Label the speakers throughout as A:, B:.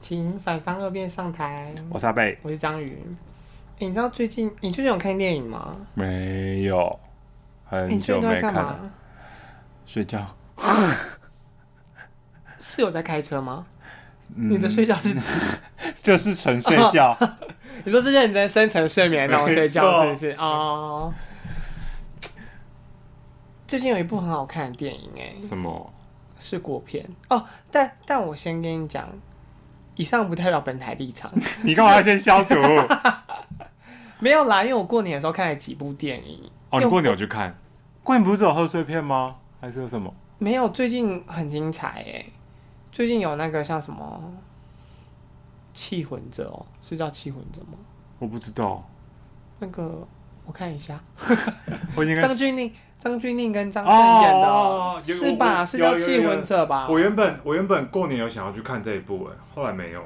A: 请反方二辩上台。
B: 我是阿贝，
A: 我是章鱼。哎、你知道最近你最近有看电影吗？
B: 没有，
A: 哎你
B: 很
A: 最
B: 久
A: 近都在
B: 没
A: 干
B: 看了，
A: 嘛？
B: 睡觉。
A: 是有在开车吗？
B: 嗯
A: 你的睡觉是指
B: 就是纯睡觉，
A: 你说是认真深层睡眠那种睡觉是
B: 没错
A: 不是？哦。最近有一部很好看的电影哎，
B: 什么？
A: 是国片哦。但但我先跟你讲，以上不代表本台立场，
B: 你干嘛要先消毒？
A: 没有啦，因为我过年的时候看了几部电影，
B: 哦，你过年有去看？过年不是只有贺岁片吗？还是有什么？
A: 没有最近很精彩哎。最近有那个像什么《气魂者》哦，是叫《气魂者》吗？
B: 我不知道，
A: 那个我看一下，
B: 我已经跟
A: 张钧甯、张钧甯跟张震
B: 哦
A: 演的
B: 哦
A: 哦
B: 哦，有
A: 是
B: 我
A: 吧？
B: 我
A: 是叫《
B: 有有
A: 气
B: 有
A: 魂者》吧？
C: 我原本我原本过年有想要去看这一部、哎，后来没有。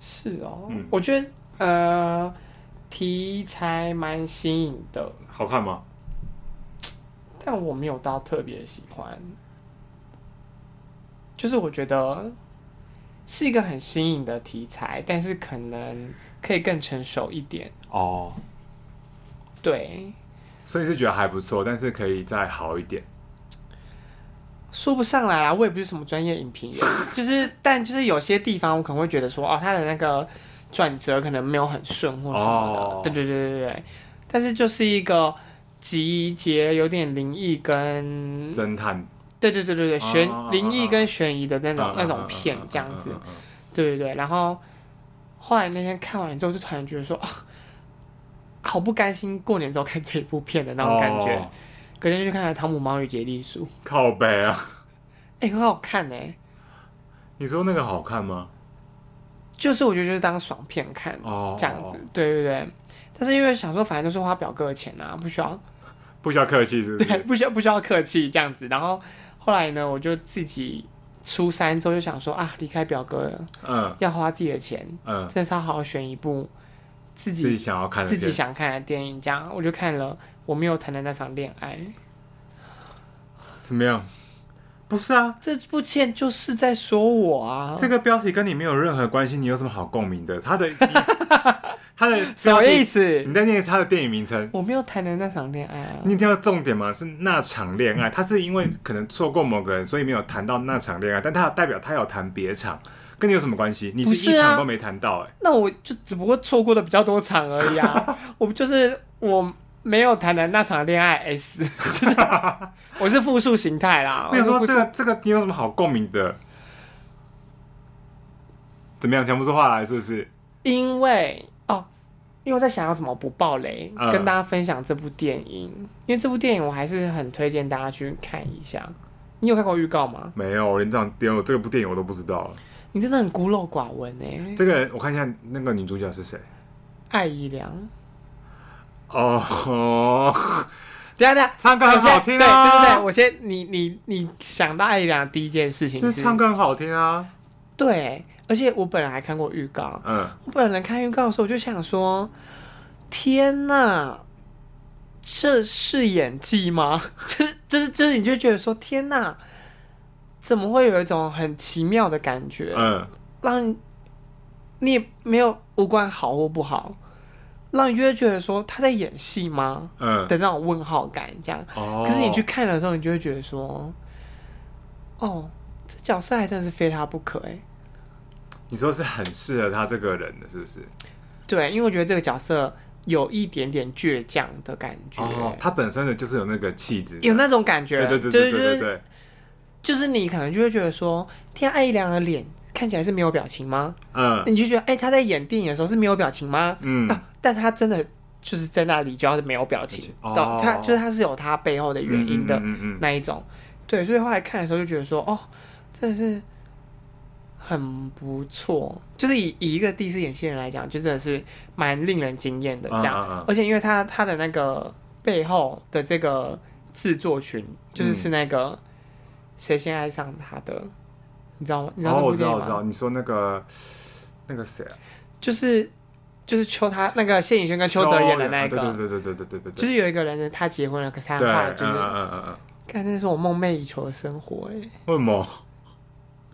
A: 是哦，
C: 嗯
A: 我觉得呃题材蛮新颖的，
C: 好看吗？
A: 但我没有到特别喜欢，就是我觉得是一个很新颖的题材，但是可能可以更成熟一点。
B: 哦，
A: 对，
C: 所以是觉得还不错，但是可以再好一点。
A: 说不上来啊，我也不是什么专业影评人，就是但就是有些地方我可能会觉得说，哦，他的那个转折可能没有很顺或什么的，
C: 哦
A: 对对对对对，但是就是一个集结有点灵异跟，
C: 侦探
A: 对对对对对，
C: 啊
A: 悬
C: 啊啊
A: 灵异跟悬疑的那种、
C: 嗯
A: 那
C: 嗯
A: 种
C: 嗯
A: 片
C: 嗯嗯
A: 这样子，
C: 嗯嗯嗯
A: 对对对，然后后来那天看完之后，就突然觉得说，啊好不甘心过年之后看这一部片的那种感觉，
C: 哦
A: 隔天就去看了《汤姆猫与杰利鼠》，
C: 靠北啊！
A: 哎、很好看哎、
C: 你说那个好看吗？
A: 就是我觉得就是当爽片看
C: 哦，
A: 这样子，对对对。但是因为想说，反正都是花表哥的钱啊，不需要，
C: 不需要客气，是不
A: 对，
C: 是？
A: 不需要不需要客气这样子。然后后来呢，我就自己初三之后就想说啊，离开表哥了，
C: 嗯
A: 要花自己的钱，
C: 嗯，
A: 真的是要好好选一部自
C: 自己
A: 己
C: 想要看的
A: 自己
C: 片
A: 想看的电影。这样我就看了我没有谈的那场恋爱，
C: 怎么样？不是啊，
A: 这部片就是在说我啊，
C: 这个标题跟你没有任何关系，你有什么好共鸣的？他的他的
A: 什么意
C: 思？
A: 思？
C: 你在念他的电影名称，
A: 我没有谈的那场恋爱啊，
C: 嗯你一定要重点嘛，是那场恋爱，他是因为可能错过某个人，所以没有谈到那场恋爱，但他代表他有谈别场，跟你有什么关系？你
A: 不
C: 是
A: 是啊
C: 一场都没谈到、哎、
A: 那我就只不过错过的比较多场而已啊， 我不就是我没有谈的那场恋爱 S，就是 我是复数形态啦。
C: 我想说
A: 哦我是
C: 这
A: 复数
C: 个这个你有什么好共鸣的？怎么样，讲不出话来是不是？
A: 因为哦，因为我在想要怎么不爆雷，
C: 嗯
A: 跟大家分享这部电影，因为这部电影我还是很推荐大家去看一下。你有看过预告吗？
C: 没有，我连这场连我这个部电影我都不知道。
A: 你真的很孤陋寡闻哎、
C: 这个人我看一下那个女主角是谁？
A: 爱姨良，
C: 哦，哦
A: 等一下等一下，
C: 唱歌很好听
A: 我先对对对，
C: 啊，
A: 我先你你你想到爱姨良的第一件事情
C: 就是唱歌很好听啊。
A: 对，而且我本来还看过预告，
C: 嗯，
A: 我本来看预告的时候，我就想说：“天呐，这是演技吗？” 就是就是就是，你就觉得说：“天呐，怎么会有一种很奇妙的感觉？
C: 嗯，
A: 让你你也没有无关好或不好，让你就会觉得说他在演戏吗？
C: 嗯，
A: 的那种问号感，这样。
C: 哦
A: 可是你去看的时候，你就会觉得说：“哦，这角色还真是非他不可哎、
C: 你说是很适合他这个人的，是不是？
A: 对，因为我觉得这个角色有一点点倔强的感觉，
C: 哦，他本身的就是有那个气质，
A: 有那种感觉，
C: 对对对
A: 就是
C: 对
A: 就
C: 对对
A: 是
C: 对，
A: 就是你可能就会觉得说，天啊，艾怡良的脸看起来是没有表情吗？
C: 嗯
A: 你就觉得，哎、他在演电影的时候是没有表情吗？
C: 嗯，
A: 啊，但他真的就是在那里就要是没有表情，
C: 哦
A: 到他就是他是有他背后的原因的
C: 嗯嗯嗯
A: 那一种，对，所以后来看的时候就觉得说，哦，真的是。很不错，就是以以一个第一次演戏人来讲，就真的是蛮令人惊艳的
C: 嗯
A: 这样。
C: 嗯嗯嗯
A: 而且因为他他的那个背后的这个制作群，
C: 嗯
A: 就是是那个谁先爱上他的，你知道吗？你知道
C: 哦，
A: 这
C: 我
A: 部
C: 知
A: 电
C: 道
A: 影
C: 我知道，
A: 吗？
C: 你说那个那个谁啊，
A: 就是就是邱他那个谢颖轩跟邱泽演的那一
C: 啊
A: 个，
C: 对对对对对对对对，
A: 就是有一个人他结婚了，可是他
C: 对，
A: 后来
C: 嗯
A: 就是，
C: 嗯嗯嗯，
A: 欸看那是我梦寐以求的生活哎、
C: 为什么？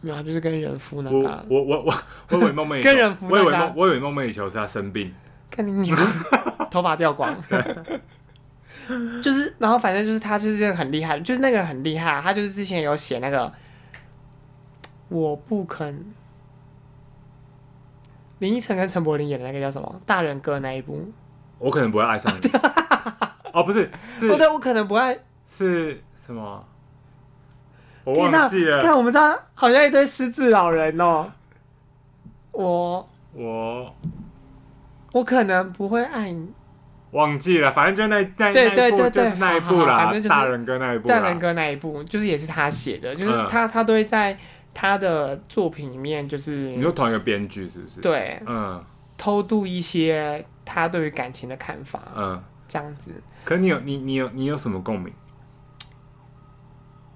A: 没有，他就是跟人夫那
C: 我
A: 个。
C: 我我我我以为梦寐 以求，
A: 跟人服
C: 我以为
A: 那个啊
C: 梦我以为梦寐以求是他生病，
A: 看你你不 头发掉光， 就是然后反正就是他就是这个很厉害，就是那个很厉害，啊他就是之前有写那个我不肯。林依晨跟陈柏霖演的那个叫什么《大人哥》那一部？
C: 我可能不会爱上你。哦，不是，是
A: 哦，对，我可能不爱。
C: 是什么？我
A: 天哪！
C: 忘记了。
A: 看我们这样好像一堆失智老人哦。我
C: 我
A: 我可能不会爱你，
C: 忘记了，反正就那那
A: 对
C: 那一部
A: 对对对
C: 就是那一部
A: 好好好
C: 啦
A: 反正，就是
C: 大人哥那一部
A: 大人
C: 啦。
A: 哥那一部，就是也是他写的，就是
C: 嗯
A: 他、他都会在他的作品里面，就是
C: 你说同一个编剧是不是？，
A: 对
C: 嗯
A: 偷渡一些他对于感情的看法，
C: 嗯。
A: 这样子，
C: 可你有你你有你有什么共鸣？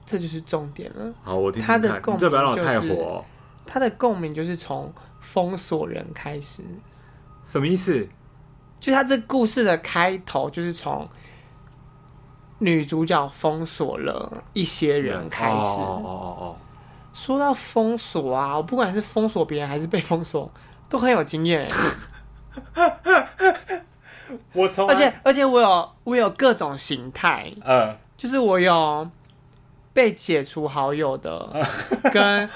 A: 这就是重点了。
C: 好，我听听
A: 他
C: 看。
A: 的共
C: 你这不要让我
A: 鸣就
C: 太
A: 是
C: 火哦、
A: 他的共鸣就是从封锁人开始，
C: 什么意思？
A: 就他这故事的开头就是从女主角封锁了一些人开始。
C: 哦哦哦哦
A: 说到封锁啊，我不管是封锁别人还是被封锁，都很有经验。
C: 哦，我从
A: 而且而且我有我有各种形态，
C: 呃
A: 就是我有被解除好友的，跟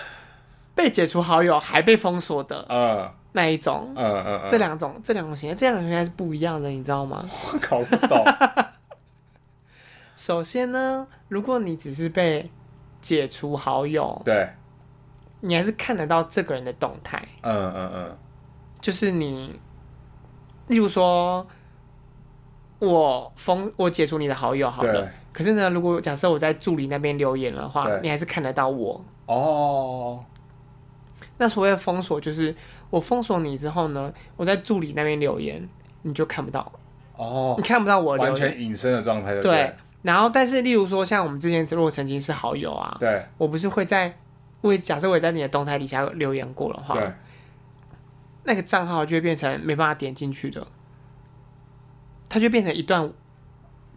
A: 被解除好友还被封锁 的
C: 呃
A: 那一种，
C: 呃呃，
A: 这两种这两种形态，这两种形态是不一样的，你知道吗？
C: 我搞不懂。
A: 首先呢，如果你只是被解除好友，
C: 对，
A: 你还是看得到这个人的动态，
C: 嗯嗯嗯，
A: 就是你，例如说，我封我解除你的好友好了
C: 对。
A: 可是呢，如果假设我在助理那边留言的话，
C: 对
A: 你还是看得到我。
C: 哦，
A: 那所谓的封锁，就是我封锁你之后呢，我在助理那边留言，你就看不到，
C: 哦
A: 你，看不到我的
C: 完
A: 留言。
C: 全隐身的状态，
A: 对
C: 对。
A: 然后，但是例如说，像我们之前如果曾经是好友啊
C: 不，对
A: 我不是会在，我也假设我也在你的动态底下留言过的
C: 对
A: 话，
C: 对，
A: 那个账号就会变成没办法点进去的，它就变成一段，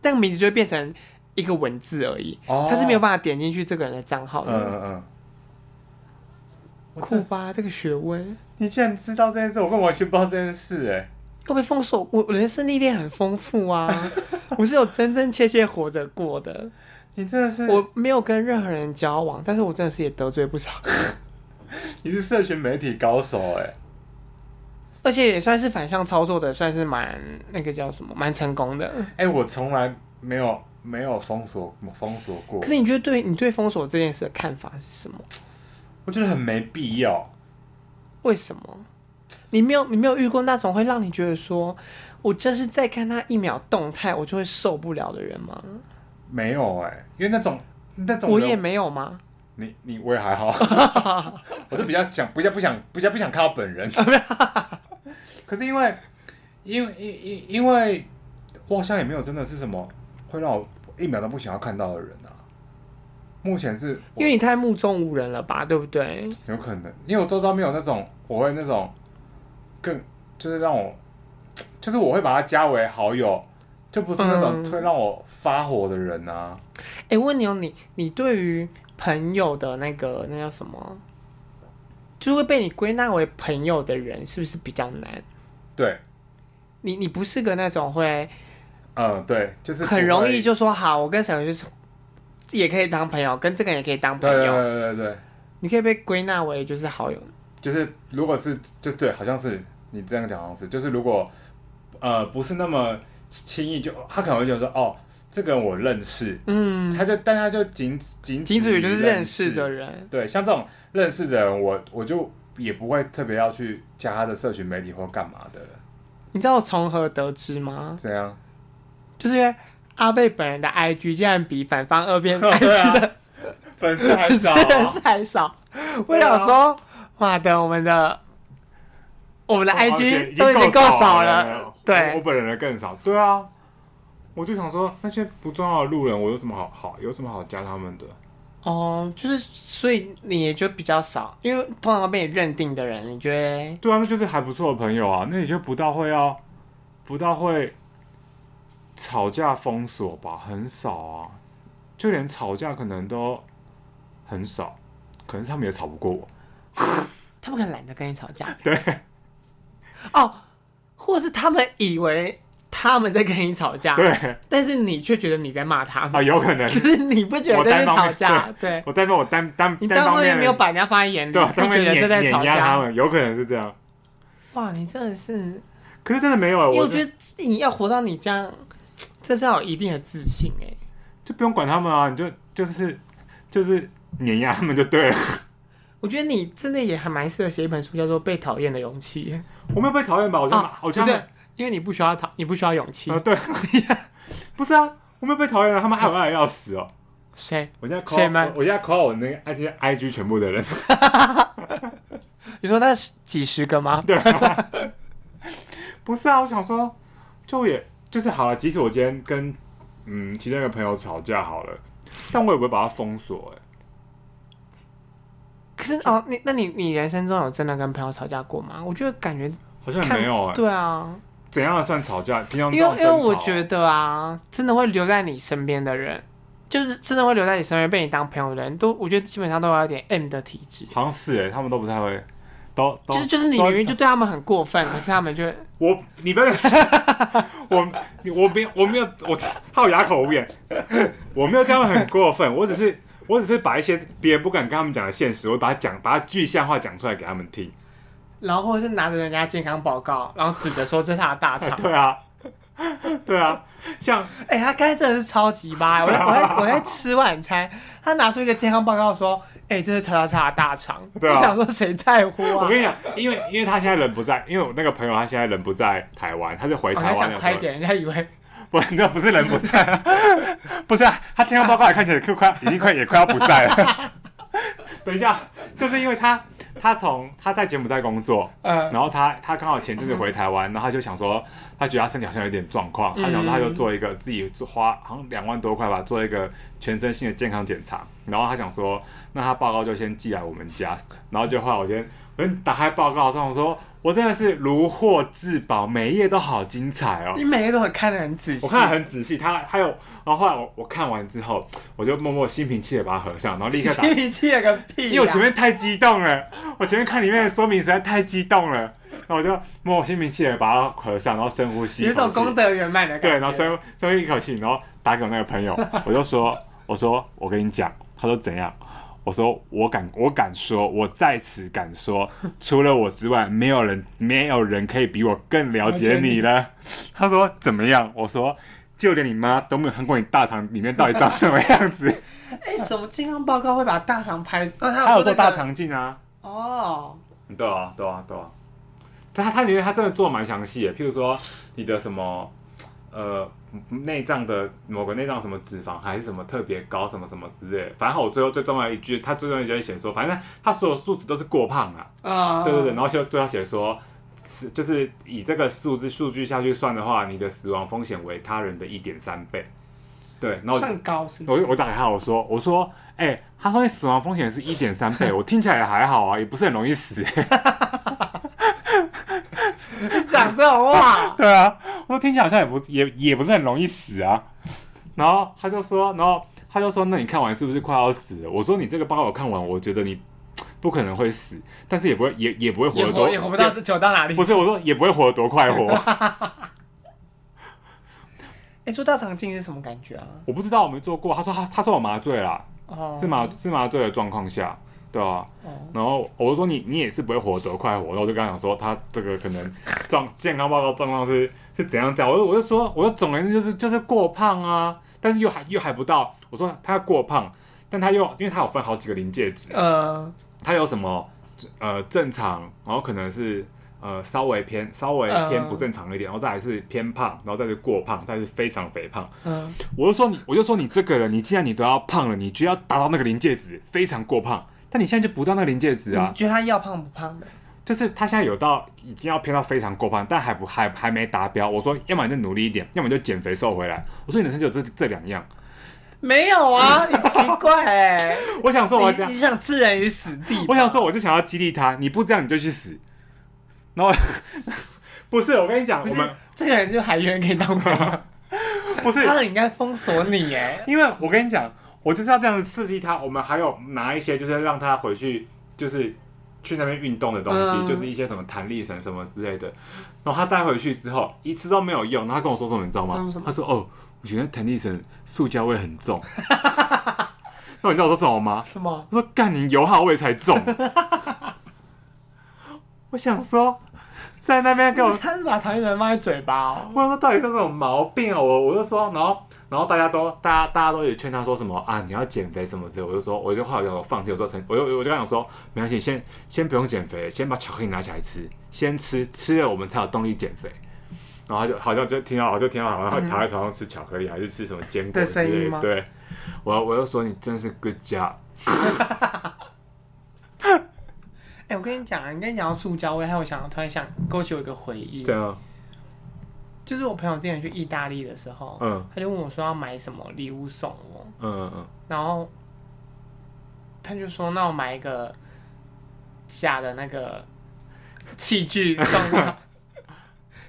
A: 那个名字就会变成一个文字而已，
C: 哦
A: 它是没有办法点进去这个人的账号
C: 嗯嗯
A: 的。
C: 嗯。我
A: 酷
C: 真是
A: 吧，这个学问
C: 你竟然知道这件事，我根本完全不知道这件事哎、
A: 会被封锁，我我人生历练很丰富啊， 我是有真真切切活着过的，
C: 你真的是，
A: 我没有跟任何人交往，但是我真的是也得罪不少，
C: 你是社群媒体高手哎、
A: 而且也算是反向操作的，算是蛮那个叫什么，蛮成功的。
C: 哎、我从来没有没有封锁封锁过
A: 可，是你觉得对你对封锁这件事的看法是什么？
C: 我觉得很没必要。
A: 为什么？你没有你没有遇过那种会让你觉得说，我真是再看他一秒动态，我就会受不了的人吗？
C: 没有哎、因为那种那种
A: 我
C: 人
A: 也没有吗？
C: 你你我也还 好，我是比较想比较不想比较不想看到 本人。可是因为因为因因因为我好像也没有真的是什么会让我一秒都不想要看到的人啊。目前是我
A: 因为你太目中无人了吧，对不对？
C: 有可能，因为我周遭没有那种我会那种更就是让我就是我会把他加为好友，就不是那种
A: 嗯
C: 会让我发火的人啊。
A: 哎，问你哦，你你对于朋友的那个那叫什么，就是会被你归纳为朋友的人，是不是比较难？
C: 对，
A: 你你不是个那种会
C: 嗯，对，就是不
A: 很容
C: 会
A: 易就说好，我跟谁就是也可以当朋友，跟这个人也可以当朋
C: 对对
A: 友，
C: 对对对。
A: 你可以被归纳为就是好友。
C: 就是如果是就对，好像是你这样讲，好像是就是如果呃不是那么轻易就他可能会觉得说哦，这个人我认识，
A: 嗯，
C: 他就但他就仅仅
A: 仅止于就是认
C: 认
A: 识的，人，
C: 对，像这种认识的人，我我就也不会特别要去加他的社群媒体或干嘛的了，
A: 你知道我从何得知吗？
C: 这样
A: 就是因为阿贝本人的 IG 竟然比反方二辩
C: 对
A: IG 的
C: 啊，粉丝还
A: 粉
C: 少
A: 丝
C: 啊、
A: 还少。我想说，妈的，我们的我们的
C: 哦我好像觉得
A: IG 都已经够少了，
C: 哦我我
A: 对，
C: 本人的更少，对啊。我就想说，那些不重要的路人，我有什么好好有什么好加他们的？
A: 哦，就是所以你也就比较少，因为通常会被你认定的人，你觉得
C: 对啊，那就是还不错的朋友啊，那也就不到会要，不到会吵架封锁吧，很少啊，就连吵架可能都很少，可能是他们也吵不过我。
A: 他们可能懒得跟你吵 架。对。哦，或是他们以为他们在跟你吵架，
C: 对
A: 但是你却觉得你在骂他们，
C: 啊，有可 能
A: 只是你不觉
C: 我
A: 得在
C: 单方
A: 吵
C: 面
A: 架，对。
C: 我单方我单单
A: 你
C: 单
A: 单
C: 方
A: 方面
C: 面
A: 没有把人家放在眼里，
C: 对啊，
A: 不
C: 单方
A: 觉
C: 面
A: 得
C: 碾
A: 这在
C: 碾
A: 吵
C: 压他
A: 架。
C: 们，有可能是这样。
A: 哇，你真的是，
C: 可是真的没有啊，
A: 因为
C: 我
A: 我觉得你要活到你这样，这是要有一定的自信哎、
C: 就不用管他们啊，你就就是就是碾压他们就对了。
A: 我觉得你真的也还蛮适合写一本书，叫做《被讨厌的勇气》
C: 我没有被讨厌吧？我就
A: 啊，
C: 我
A: 不
C: 觉得
A: 对，因为你不需要讨，你不需要勇气
C: 啊，。对， 不是啊，我没有被讨厌啊，他们爱我爱的要死哦。
A: 谁？
C: 我现在 call，
A: 谁吗
C: 我我现在 call 我那个 I G I G 全部的人，
A: 你说那是几十个吗？
C: 对，不是啊，我想说，就也就是好了，即使我今天跟嗯其中一个朋友吵架好了，但我也不会把他封锁、欸，
A: 可是哦，你那你你人生中有真的跟朋友吵架过吗？我觉得感觉
C: 好像也
A: 看
C: 没有、欸，
A: 对啊，
C: 怎样的算吵架？平常
A: 因为因为我觉
C: 得，
A: 得啊，真的会留在你身边的人，就是真的会留在你身边被你当朋友的人，都我觉得基本上都有点 M 的体质，
C: 好像是哎、欸他们都不太会，都哦都
A: 就是就是你明明就对他们很过分，可是他们就
C: 我你不要再， 我你我没我没有我还有哑口无言，我没有跟他们很过分，我只是我只是把一些别人不敢跟他们讲的现实，我把它讲把它具象化讲出来给他们听。
A: 然后或者是拿着人家健康报告，然后指着说这是他的大肠，
C: 对啊，对啊，像
A: 哎、他刚才真的是超级巴、我在我在我在吃晚餐，他拿出一个健康报告说，哎、这是叉叉叉的大肠，
C: 对啊
A: 我想说谁在乎啊？
C: 我跟你讲，因为因为他现在人不在，因为我那个朋友他现在人不在台湾，他是回
A: 我
C: 台
A: 还
C: 湾
A: 哦想
C: 的时
A: 快一
C: 候。
A: 点，人家以为
C: 不，那不是人不在， 不是啊，他健康报告也看起来就快，已经快也快要不在了。 等一下，就是因为他他从他在柬埔寨工作，
A: 呃，
C: 然后他他刚好前阵子回台湾，然后他就想说，他觉得他身体好像有点状况，他想说他就做一个自己做花好像两万多块吧，做一个全身性的健康检查，然后他想说，那他报告就先寄来我们家，然后就后来我今天我今天打开报告上，我说我真的是如获至宝，每一页都好精彩哦
A: 你，每个都很看得很仔细，
C: 我看得很仔细，他还有，然后后来我我看完之后，我就默默心平气和把它合上，然后立刻打
A: 心平气了个屁、啊，
C: 因为我前面太激动了，我前面看里面的说明实在太激动了，然后我就默默心平气和把它合上，然后深呼吸，
A: 有一种
C: 口气
A: 功德圆满的感觉。
C: 对，然后深深呼一口气，然后打给我那个朋友，我就说，我说我跟你讲，他说怎样？我说我敢，我敢说，我在此敢说，除了我之外，没有人，没有人可以比我更了解你了。他说怎么样？我说就连你妈都没有看过你大肠里面到底长什么样子。
A: 哎、什么健康报告会把大肠拍？哦， 他
C: 他
A: 做
C: 有做
A: 那
C: 大
A: 个
C: 肠镜啊。
A: 哦，
C: 对啊，对啊，对啊。但他他里面他真的做得蛮详细的，譬如说你的什么呃内脏的某个内脏什么脂肪还是什么特别高什么什么之类的，反正我最后最重要的一句，他最重要一句就会写说，反正他所有数值都是过胖啊，
A: 啊、
C: 对对对，然后就最后写说。是，就是以这个数字数据下去算的话，你的死亡风险为他人的一点三倍。对，然后我就
A: 算高是不
C: 我就我打给他，我说我说，哎、他说你死亡风险是一点三倍，我听起来也还好啊，也不是很容易死、
A: 是？讲这种话，
C: 对啊，我说听起来好像也不也也不是很容易死啊。然后他就说，然后他就说，那你看完是不是快要死了？我说你这个报告我看完，我觉得你不可能会死，但是也不会也也不会活
A: 也
C: 得多
A: 活也活不到
C: 也
A: 久到哪里
C: 不？是，我说也不会活得多快活。
A: 哎、做大肠镜是什么感觉啊？
C: 我不知道，我没做过。他说他他说我麻醉啦，
A: 哦，
C: 是？麻是麻醉的状况下，对啊。
A: 哦，
C: 然后我就说你你也是不会活得多快活，然后我就跟他讲说他这个可能状健康报告状况是是怎样怎样，我就我就说我就总而言之就是就是过胖啊，但是又还又还不到，我说他过胖，但他又因为他有分好几个临界值，
A: 呃，
C: 他有什么呃正常，然后可能是呃稍微偏稍微偏
A: 嗯
C: 不正常一点，然后再来是偏胖，然后再是过胖，再是非常肥胖，
A: 嗯，
C: 我就说你，我就说你这个人，你既然你都要胖了，你就要达到那个临界值，非常过胖。但你现在就不到那个临界值啊
A: 你，觉得他要胖不胖的？
C: 就是他现在有到已经要偏到非常过胖，但还不还还没达标。我说，要么你就努力一点，要么你就减肥瘦回来。我说你人生就有这这两样。
A: 没有 啊，你奇怪哎、
C: 我想说我要这
A: 你
C: 样，
A: 你想置人于死地吧？
C: 我想说我就想要激励他，你不这样你就去死。然后 不是我跟你讲，
A: 不
C: 我
A: 是
C: 们
A: 这个人就还愿意跟你当朋友，
C: 不 是
A: 他很应该封锁你哎、
C: 因为我跟你讲，我就是要这样子刺激他。我们还有拿一些就是让他回去，就是去那边运动的东西，
A: 嗯
C: 就是一些什么弹力绳什么之类的。然后他带回去之后一次都没有用，然后他跟我说什么，你知道
A: 他
C: 吗
A: 说什么？
C: 他说：“哦，我觉得弹力绳塑胶味很重。” 那你知道我说什么吗？
A: 什么？
C: 他说：“干你油耗味才重。” 我想说，在那边给我
A: 他是把唐一人放在嘴巴哦。
C: 我想说到底是什么毛病啊？我我就说，然后然后大家都大家大家都有劝他说什么啊，你要减肥什么之类的，我就说我就后来我放弃，我说成，我就我就跟他讲说，没关系，先先不用减肥，先把巧克力拿起来吃，先吃吃了我们才有动力减肥。然后他就好像就听到，我就听到好像躺在床上吃巧克力，还是吃什么坚果
A: 的
C: 之
A: 声音
C: 类
A: 吗
C: 的。对，我我就说你真是 good job。
A: 哎、我跟你讲，你跟你讲到塑胶味，还有想突然想勾起我一个回忆
C: 这，样，
A: 就是我朋友之前去意大利的时候，
C: 嗯
A: 他就问我说要买什么礼物送我，
C: 嗯嗯
A: 然后他就说那我买一个假的那个器具送 你，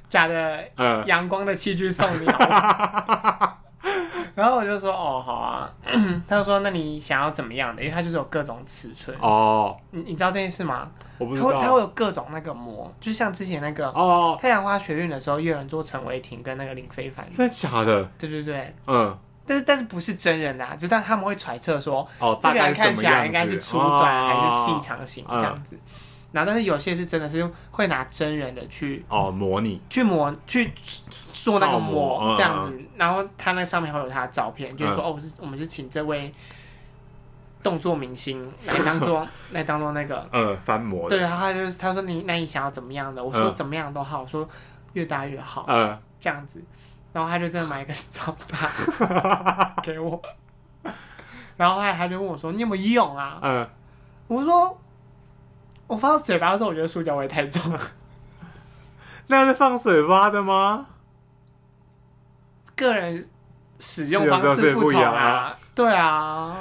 A: 假的
C: 嗯嗯，
A: 阳光的器具送你好吗。 然后我就说哦好啊， 他就说那你想要怎么样的？因为它就是有各种尺寸，
C: 哦，
A: 你你知道这件事吗？
C: 我不知
A: 它会它会
C: 道，
A: 有各种那个膜，就像之前那个
C: 哦，
A: 太阳花学运的时候，又有人做陈伟霆跟那个林非凡，
C: 真的假的？
A: 对对对，
C: 嗯，
A: 但是但是不是真人的、啊，只是他们会揣测说
C: 哦，
A: 这
C: 大
A: 个
C: 概
A: 人
C: 是
A: 看
C: 怎
A: 起
C: 么
A: 来
C: 样
A: 应该是
C: 子
A: 粗短还是
C: 哦
A: 细长型这样子。然后但是有些是真的是会拿真人的去
C: 哦，模拟
A: 去磨去做那个
C: 造模
A: 模
C: 嗯
A: 这样子，然后他那上面会有他的照片，就是说、哦，我是我们是请这位动作明星来当 做来当做那个，
C: 呃翻模
A: 对，
C: 的，
A: 然后他就是他说你那你想要怎么样的？我说
C: 嗯
A: 怎么样都好，我说越大越好、
C: 呃，
A: 这样子，然后他就真的买一个 超大 给我，然后后来他就问我说你有没有用啊？
C: 呃，
A: 我说我放到嘴巴的时候，我觉得塑胶味太 重了。
C: 那是放水蛙的吗？
A: 个人使用方式不
C: 是有时候是不一
A: 同
C: 样
A: 啊
C: 啊。
A: 对啊，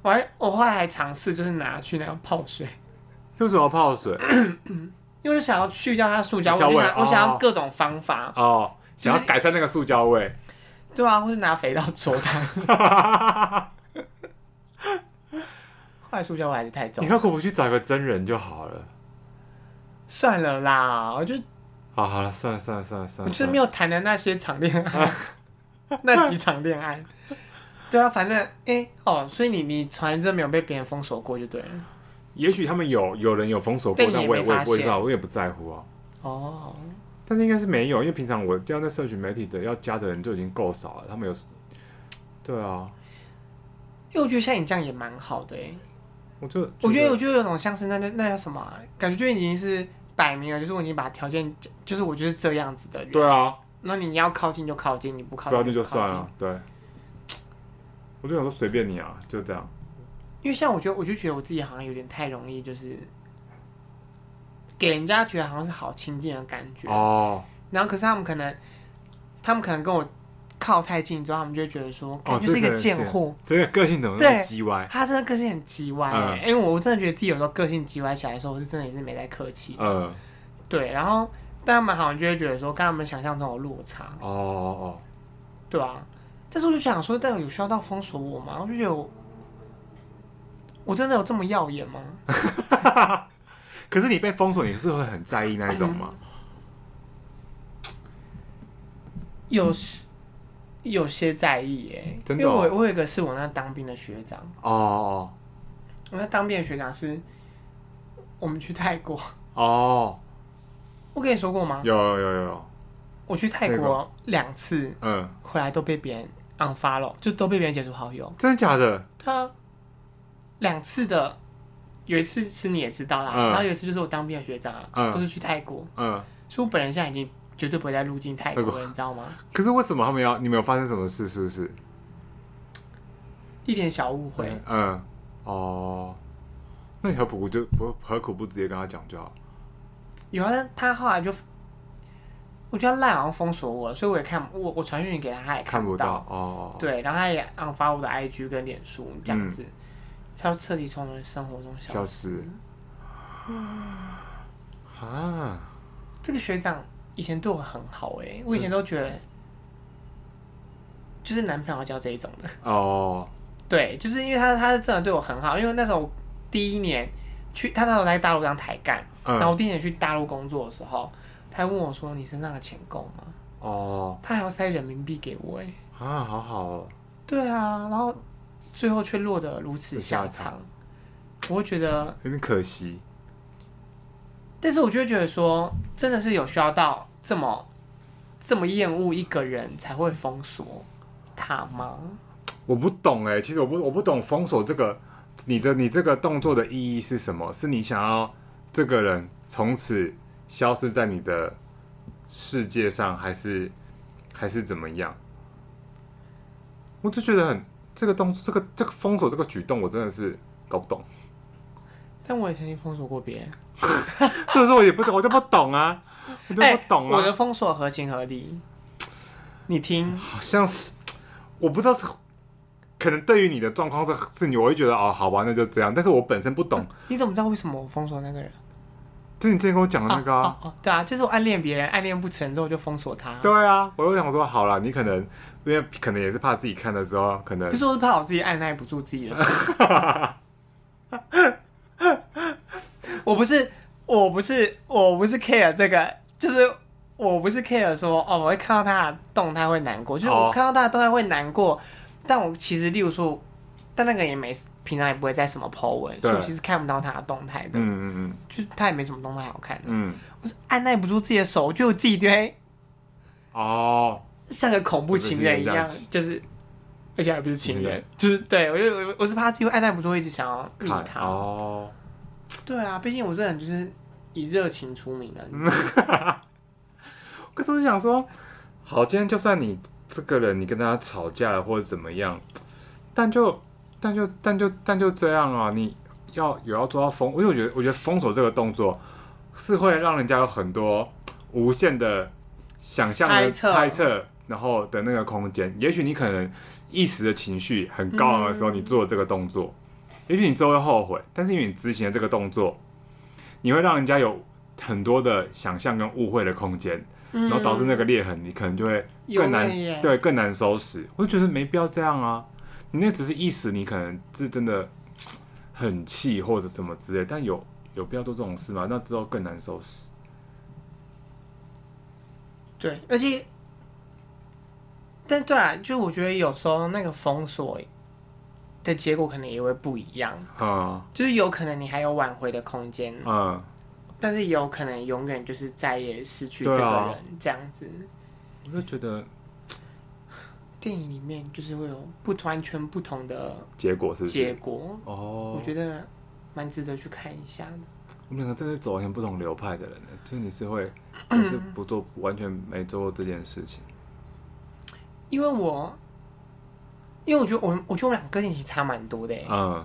A: 我还我后来还尝试就是拿去那个泡水，
C: 这为什么要 泡水？
A: 因为我想要去掉它塑胶味，
C: 塑胶味
A: 我就想我想要
C: 哦
A: 各种方法，
C: 哦，
A: 就是
C: 想要改善那个塑胶味，
A: 对啊，或是拿肥皂搓它。 后来塑胶味还是太重
C: 你，何苦不去找个真人就好了？
A: 算了啦，我就
C: 好啊好了，算了算了算了算
A: 我
C: 了，
A: 就是没有谈的那些场恋爱，
C: 嗯
A: 那几场恋爱。对啊，反正哎、哦，所以你你从来真没有被别人封锁过就对了。
C: 也许他们有有人有封锁过
A: 但，你
C: 但
A: 也
C: 我也
A: 没
C: 我
A: 发
C: 也不知
A: 现
C: 道，我也不在乎啊。
A: 哦，
C: 但是应该是没有，因为平常我要在社群媒体的要加的人就已经够少了，他们有，对啊，
A: 因为我觉得像你这样也蛮好的哎、
C: 我就
A: 我觉得，我觉得有种像是那那那叫什么啊、感觉就已经是摆明了，就是我已经把条件，就是我就是这样子的人。
C: 对啊，
A: 那你要靠近就靠近，你不靠
C: 不
A: 近
C: 要去就
A: 不靠
C: 算
A: 近
C: 了。，对。我就想说随便你啊，就这样。
A: 因为像我觉得，我就觉得我自己好像有点太容易，就是给人家觉得好像是好亲近的感觉。
C: 哦
A: 然后可是他们可能，他们可能跟我靠太近之后，他们就会觉得说，感觉
C: 哦这
A: 是一个
C: 个人
A: 贱
C: 贱
A: 货。
C: 这个个性怎么那
A: 对
C: 么叽歪？
A: 他真的个性很叽歪、欸，
C: 嗯
A: 因为我真的觉得自己有时候个性叽歪起来的时候，我是真的也是没在客气。
C: 嗯，
A: 对，然后但他们好像就会觉得说，跟他们想象中有落差，
C: 哦哦
A: 对啊。但是我就想说，但有需要到封锁我吗？我就觉得我，我真的有这么耀眼吗？
C: 哦，可是你被封锁，你是会很在意那一种吗？
A: 嗯有时有些在意耶、
C: 真
A: 因
C: 的
A: 为
C: 哦
A: 我我有一个是我那当兵的学长，
C: 哦哦
A: 我那当兵的学长是，我们去泰国，
C: 哦，
A: 我跟你说过吗？
C: 有有有有，
A: 我去泰
C: 泰
A: 国两次，
C: 嗯，
A: 回来都被别人 unfollow，就都被别人解除好友。
C: 真的假的？
A: 对啊，两次的，有一次是你也知道啦，
C: 嗯
A: 然后有一次就是我当兵的学长啊，
C: 嗯
A: 都是去泰国，
C: 嗯，
A: 所以我本人现在已经绝对不会再入境泰国
C: 泰
A: 了，你知道吗？
C: 可是为什么他们要？你们有发生什么事？是不是？
A: 一点小误会，
C: 嗯，哦，那你何苦不就不何苦不直接跟他讲就好？
A: 有啊，但他后来就，我觉得他赖好像封锁我了，所以我也看我我传讯息给他，他也
C: 看
A: 不
C: 不到，哦，哦，
A: 对，然后他也 unfollow 我的 IG 跟脸书这样子，他就彻底从我的生活中消
C: 嗯消
A: 失。
C: 失。
A: 嗯
C: 啊，
A: 这个学长以前对我很好哎、我以前都觉得。就是男朋友交这一种的，
C: 哦，
A: 对，就是因为他他是真的对我很好，因为那时候我第一年去他那时候在大陆当台干，
C: 嗯
A: 然后我第一年去大陆工作的时候，他还问我说：“你身上的钱够吗
C: 哦？”
A: 他还要塞人民币给我、哎，
C: 啊，好好哦，
A: 对啊，然后最后却落得如此下场，我会觉得，
C: 有点可惜。
A: 但是我就会觉得说，真的是有需要到这么这么厌恶一个人才会封锁他吗？
C: 我不懂哎、其实我不我不懂封锁这个，你的你这个动作的意义是什么？是你想要这个人从此消失在你的世界上，还是还是怎么样？我就觉得很这个动作，这个这个封锁这个举动，我真的是搞不懂。
A: 但我也曾经封锁过别人，
C: 所以说我也不懂，我就不懂啊，我就
A: 哎，
C: 不懂
A: 我
C: 啊，
A: 的封锁合情合理，你听。
C: 好像是我不知道是。可能对于你的状况是是你，我会觉得哦，好吧，那就这样。但是我本身不懂，
A: 你怎么知道为什么我封锁那个人？
C: 就你之前跟我讲的那个啊
A: 哦哦，对啊，就是我暗恋别人，暗恋不成之后就封锁他。
C: 对啊，我又想说，好了，你可能因为可能也是怕自己看了之后，可能
A: 可是我是怕我自己按耐不住自己的手。 我不是，我不是，我不是 care 这个，就是我不是 care 说哦，我会看到他的动态会难过，就是
C: 哦
A: 我看到他的动态会难过，但我其实例如说，但那个人也没平常也不会在什么 po 文，
C: 对
A: 所以我其实看不到他的动态的，
C: 嗯嗯
A: 就是他也没什么动态好看的。
C: 嗯嗯，
A: 我是按耐不住自己的手，我觉得我自己对。
C: 哦，
A: 像个恐怖情人一
C: 不
A: 样
C: 是这样子，
A: 就是，而且还不是情
C: 情
A: 人
C: 人，
A: 就是对我就我我是怕自己会按耐不住，会一直想要密
C: 看
A: 他。
C: 哦，
A: 对啊，毕竟我这人就是以热情出名啊的。
C: 嗯 可是我就想说，好，今天就算你这个人你跟他吵架了或者怎么样，但就但就但就但就这样啊，你要有要做到封，因为我觉得我觉得封锁这个动作是会让人家有很多无限的想象的
A: 猜测
C: 猜测，然后的那个空间。也许你可能一时的情绪很高昂的
A: 嗯
C: 时候，你做了这个动作，也许你之后会后悔，但是因为你执行了这个动作，你会让人家有很多的想象跟误会的空间。然后导致那个裂痕，你可能就会更难
A: 嗯有了耶
C: 对更难收拾。我就觉得没必要这样啊，你那只是一时，你可能是真的很气或者什么之类，但有有必要做这种事吗？那之后更难收拾。
A: 对，而且，但对啊，就我觉得有时候那个封锁的结果可能也会不一样，
C: 嗯
A: 就是有可能你还有挽回的空间，
C: 嗯，
A: 但是也有可能永远就是再也失去这
C: 对
A: 个
C: 啊
A: 人这样子。
C: 我就觉得
A: 电影里面就是会有不完全不同的
C: 结果是不
A: 结
C: 是
A: 果，
C: 哦，
A: 我觉得蛮值得去看一下的。
C: 我们两个真的是走完全不同流派的人呢，就是你是会
A: 嗯
C: 还是不做完全没做过这件事情。
A: 因为我，因为我觉得我们，我觉得我们两个个性其实差蛮多的耶、
C: 嗯，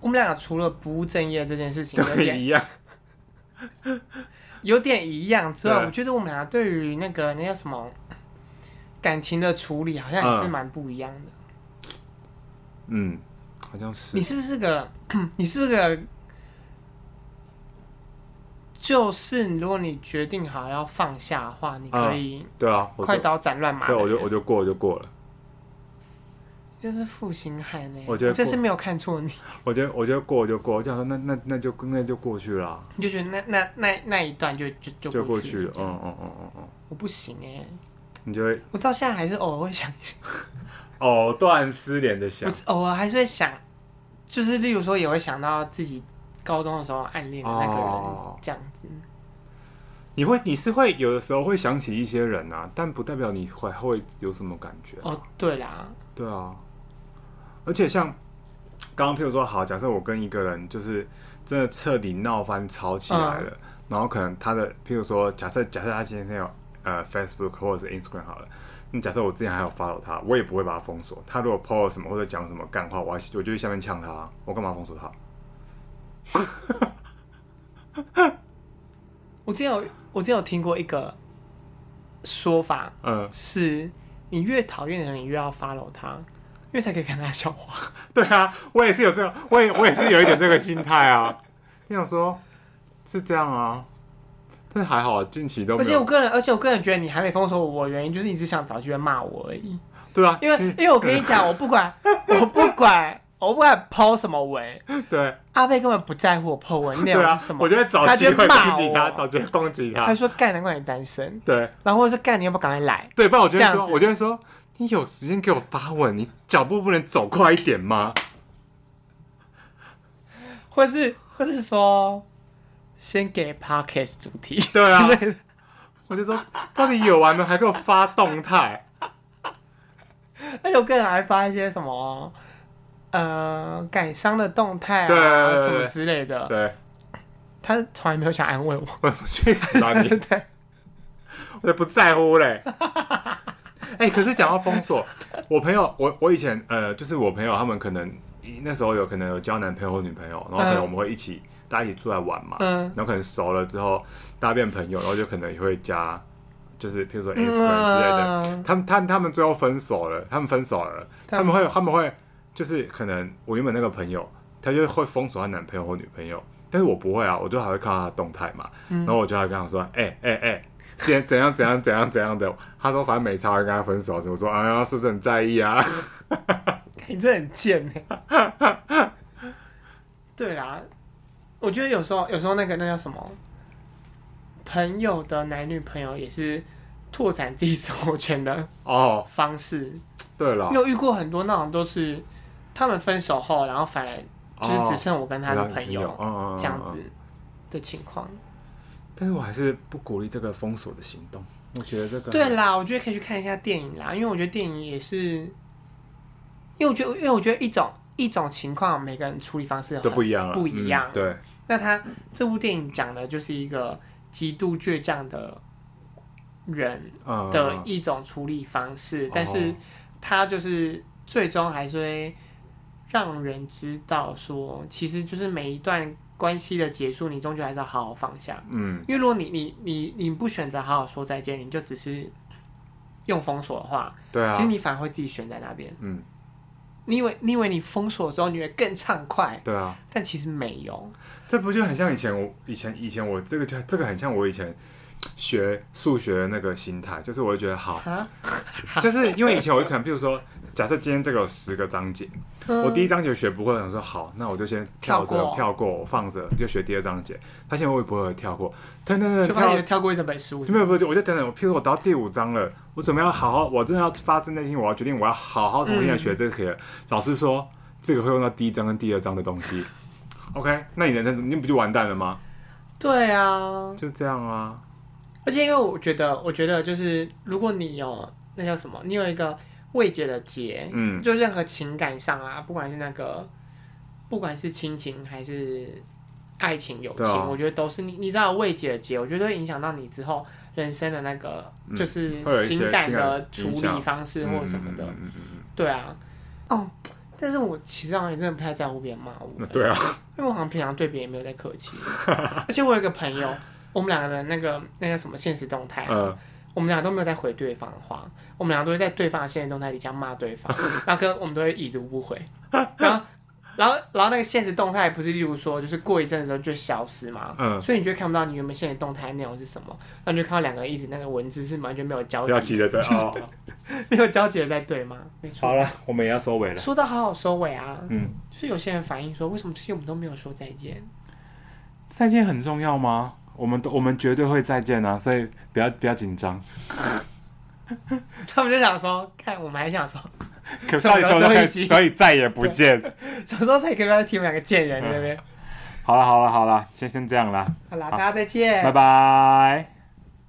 A: 我们俩除了不务正业这件事情有
C: 对，
A: 点
C: 一样。
A: 有点一样之外，
C: 对
A: 我觉得我们俩对于那个那叫什么感情的处理，好像也是
C: 嗯
A: 蛮不一样的。
C: 嗯，好像是
A: 你。是不是个？ 你是不是个？就是如果你决定好要放下的话，你可以
C: 对啊，我
A: 快
C: 就
A: 刀斩乱麻的
C: 对，
A: 人。
C: 我就我就过，我就过了。
A: 就是负心汉呢、
C: 我觉得
A: 这次
C: 过
A: 没有看错你，
C: 我觉得，我觉得过就过，我就想说那那那就那就过去了啊，
A: 你就觉得那那那那一段就就就
C: 就
A: 过
C: 过
A: 去
C: 去了，
A: 这样
C: 嗯嗯嗯嗯嗯，
A: 我不行哎、
C: 你就会
A: 我到现在还是偶尔会想，
C: 藕断丝连的想
A: 不，是偶尔还是会想，就是例如说也会想到自己高中的时候暗恋的那个人、
C: 哦
A: 这样子。
C: 你会你是会有的时候会想起一些人啊，但不代表你会会有什么感觉啊，
A: 哦，对啦，
C: 对啊，而且像刚刚譬如说，好，假设我跟一个人就是真的彻底闹翻吵起来了，
A: 嗯
C: 然后可能他的譬如说，假设假设他今天有呃 Facebook 或者是 Instagram 好了。那假设我之前还有 follow 他，我也不会把他封锁。他如果 po 了什么或者讲什么干话，我还我就去下面呛他，我干嘛封锁他？
A: 我之前有我之前有听过一个说法，
C: 嗯，
A: 是你越讨厌的人，你越要 follow 他，因为才可以看他的笑话。
C: 对啊，我也是有这种，我也我也是有一点这个心态啊。你想说，是这样啊，但是还好啊近期都
A: 而
C: 没
A: 且我
C: 有。
A: 个人，而且我个人觉得你还没封锁我，的原因就是你只想找机会骂我而已。
C: 对啊，
A: 因为因为我跟你讲，我不管，我不管，我不敢抛什么文，
C: 对
A: 阿贝根本不在乎我抛 文内
C: 对
A: 容
C: 啊
A: 是什，么，
C: 我就会找
A: 他
C: 机会
A: 骂
C: 攻击
A: 我
C: 他，找机会攻击
A: 他
C: 他
A: 就。说干，难怪你单身，
C: 对
A: 然后或者是干，你要不要赶快来？
C: 对，不然我就会
A: 这样
C: 说，
A: 子
C: 我就会说，你有时间给我发问，你脚步不能走快一点吗？
A: 或是或是说，先给 podcast 主题，
C: 对啊
A: 之类的
C: 我就说，到底有完没？还给我发动态？
A: 而且我个人还发一些什么，呃，感伤的动态啊，
C: 对对对对
A: 什么之类的。
C: 对，
A: 他从来没有想安慰我，
C: 我说去死啊你！
A: 对，
C: 我就不在乎嘞。哎、可是讲到封锁，我朋友，我我以前呃，就是我朋友他们可能那时候有可能有交男朋友或女朋友，然后可能
A: 嗯
C: 我们会一起、大家一起出来玩嘛，
A: 嗯
C: 然后可能熟了之后大家变朋友，然后就可能也会加，就是譬如说 Instagram
A: 嗯
C: 之类 的。他们他他们最后分手了，他们分手了，
A: 他
C: 他
A: 们
C: 们会他们会就是可能我原本那个朋友，他就会封锁她男朋友或女朋友，但是我不会啊，我就还会看到她的动态嘛，然后我就还跟她说，哎哎哎，怎怎样怎样怎样怎样的，她说反正没差，我跟她分手，我说哎呀是不是很在意啊？
A: 你欸这很贱哎、对啊，我觉得有时候有时候那个那叫什么，朋友的男女朋友也是拓展自己生活圈的
C: 哦，
A: 方式。
C: 对了
A: 因，为我遇过很多那种都是他们分手后，然后反而就是只剩我跟他的朋友、
C: 哦嗯嗯嗯
A: 这样子
C: 嗯
A: 的情况。
C: 但是我还是不鼓励这个封锁的行动，我觉得这个
A: 对啦，我觉得可以去看一下电影啦，因为我觉得电影也是，因为我觉得，因为我觉得一种一种情况，每个人处理方式
C: 都不
A: 很
C: 一样了，
A: 不一样
C: 嗯对，
A: 那他这部电影讲的就是一个极度倔强的人
C: 嗯
A: 的一种处理方式，
C: 哦
A: 但是他就是最终还是会让人知道说，其实就是每一段关系的结束，你终究还是要好好放下。
C: 嗯，
A: 因为如果你你你你不选择好好说再见，你就只是用封锁的话，
C: 对啊
A: 其实，你反而会自己悬在那边。
C: 嗯，
A: 你以为你以为你封锁之后你会更畅快，
C: 对啊。
A: 但其实没有。
C: 这不就很像以前我以前以前我这个就这个很像我以前学数学的那个心态，就是我会觉 得好，
A: 啊，
C: 就是因为以前我可能，譬如说，假设今天这个有十个章节，我第一章节学不会，我想说好，那我就先跳
A: 跳
C: 着
A: 过
C: 跳过，我放着就学第二章节，发现我也不会跳过，对对对，
A: 就发
C: 跳
A: 现跳过一整本书，
C: 没有，没有，就我就等等，我譬如我到第五章了，我准备要好好，我真的要发自内心，我要决定我要好好重新来学这个。
A: 嗯
C: 老师说这个会用到第一章跟第二章的东西，OK，那你人生你不就完蛋了吗？
A: 对啊，
C: 就这样啊，
A: 而且因为我觉得，我觉得就是如果你有那叫什么，你有一个慰藉的结，
C: 嗯
A: 就任何情感上啊，不管是那个，不管是亲情还是爱情、友情，
C: 对啊
A: 我觉得都是你你知道慰藉的结，我觉得会影响到你之后人生的那个、
C: 嗯
A: 就是
C: 会有一些
A: 情感的处
C: 情感影
A: 理
C: 响
A: 方式或什么的，
C: 嗯嗯嗯嗯
A: 对啊，哦，但是我其实好像也真的不太在乎别人骂我
C: 嗯，对啊，
A: 因为我好像平常对别人也没有在客气，而且我有一个朋友，我们两个的那个那个什么现实动态啊、
C: 呃，
A: 我们俩都没有在回对方的话，我们俩都会在对方的现实动态底下骂对方，然后跟我们都会已读不回，然后然后然后那个现实动态不是例如说就是过一阵子之后就消失嘛，
C: 嗯
A: 所以你就会看不到你原本现实动态内容是什么，然后你就看到两个一直那个文字是完全没有交
C: 不要
A: 集，
C: 急着对哦。
A: 没有交集的在对吗？没错。
C: 好了，我们也要收尾了。
A: 说到好好收尾啊，
C: 嗯，
A: 就是有些人反映说，为什么这些我们都没有说再见？
C: 再见很重要吗？我们都我们绝对会再见啊，所以不要不要紧 张。
A: 他们就想说，看我们还想说，
C: 可是
A: 什么
C: 到底什么时
A: 最
C: 候
A: 后
C: 可
A: 一集
C: 以所以再也不见。
A: 什么时候才可以让他听我们两个贱人，对不对？
C: 好了好了好了，先先这样啦，
A: 好啦，
C: 好
A: 大家再见，
C: 拜拜。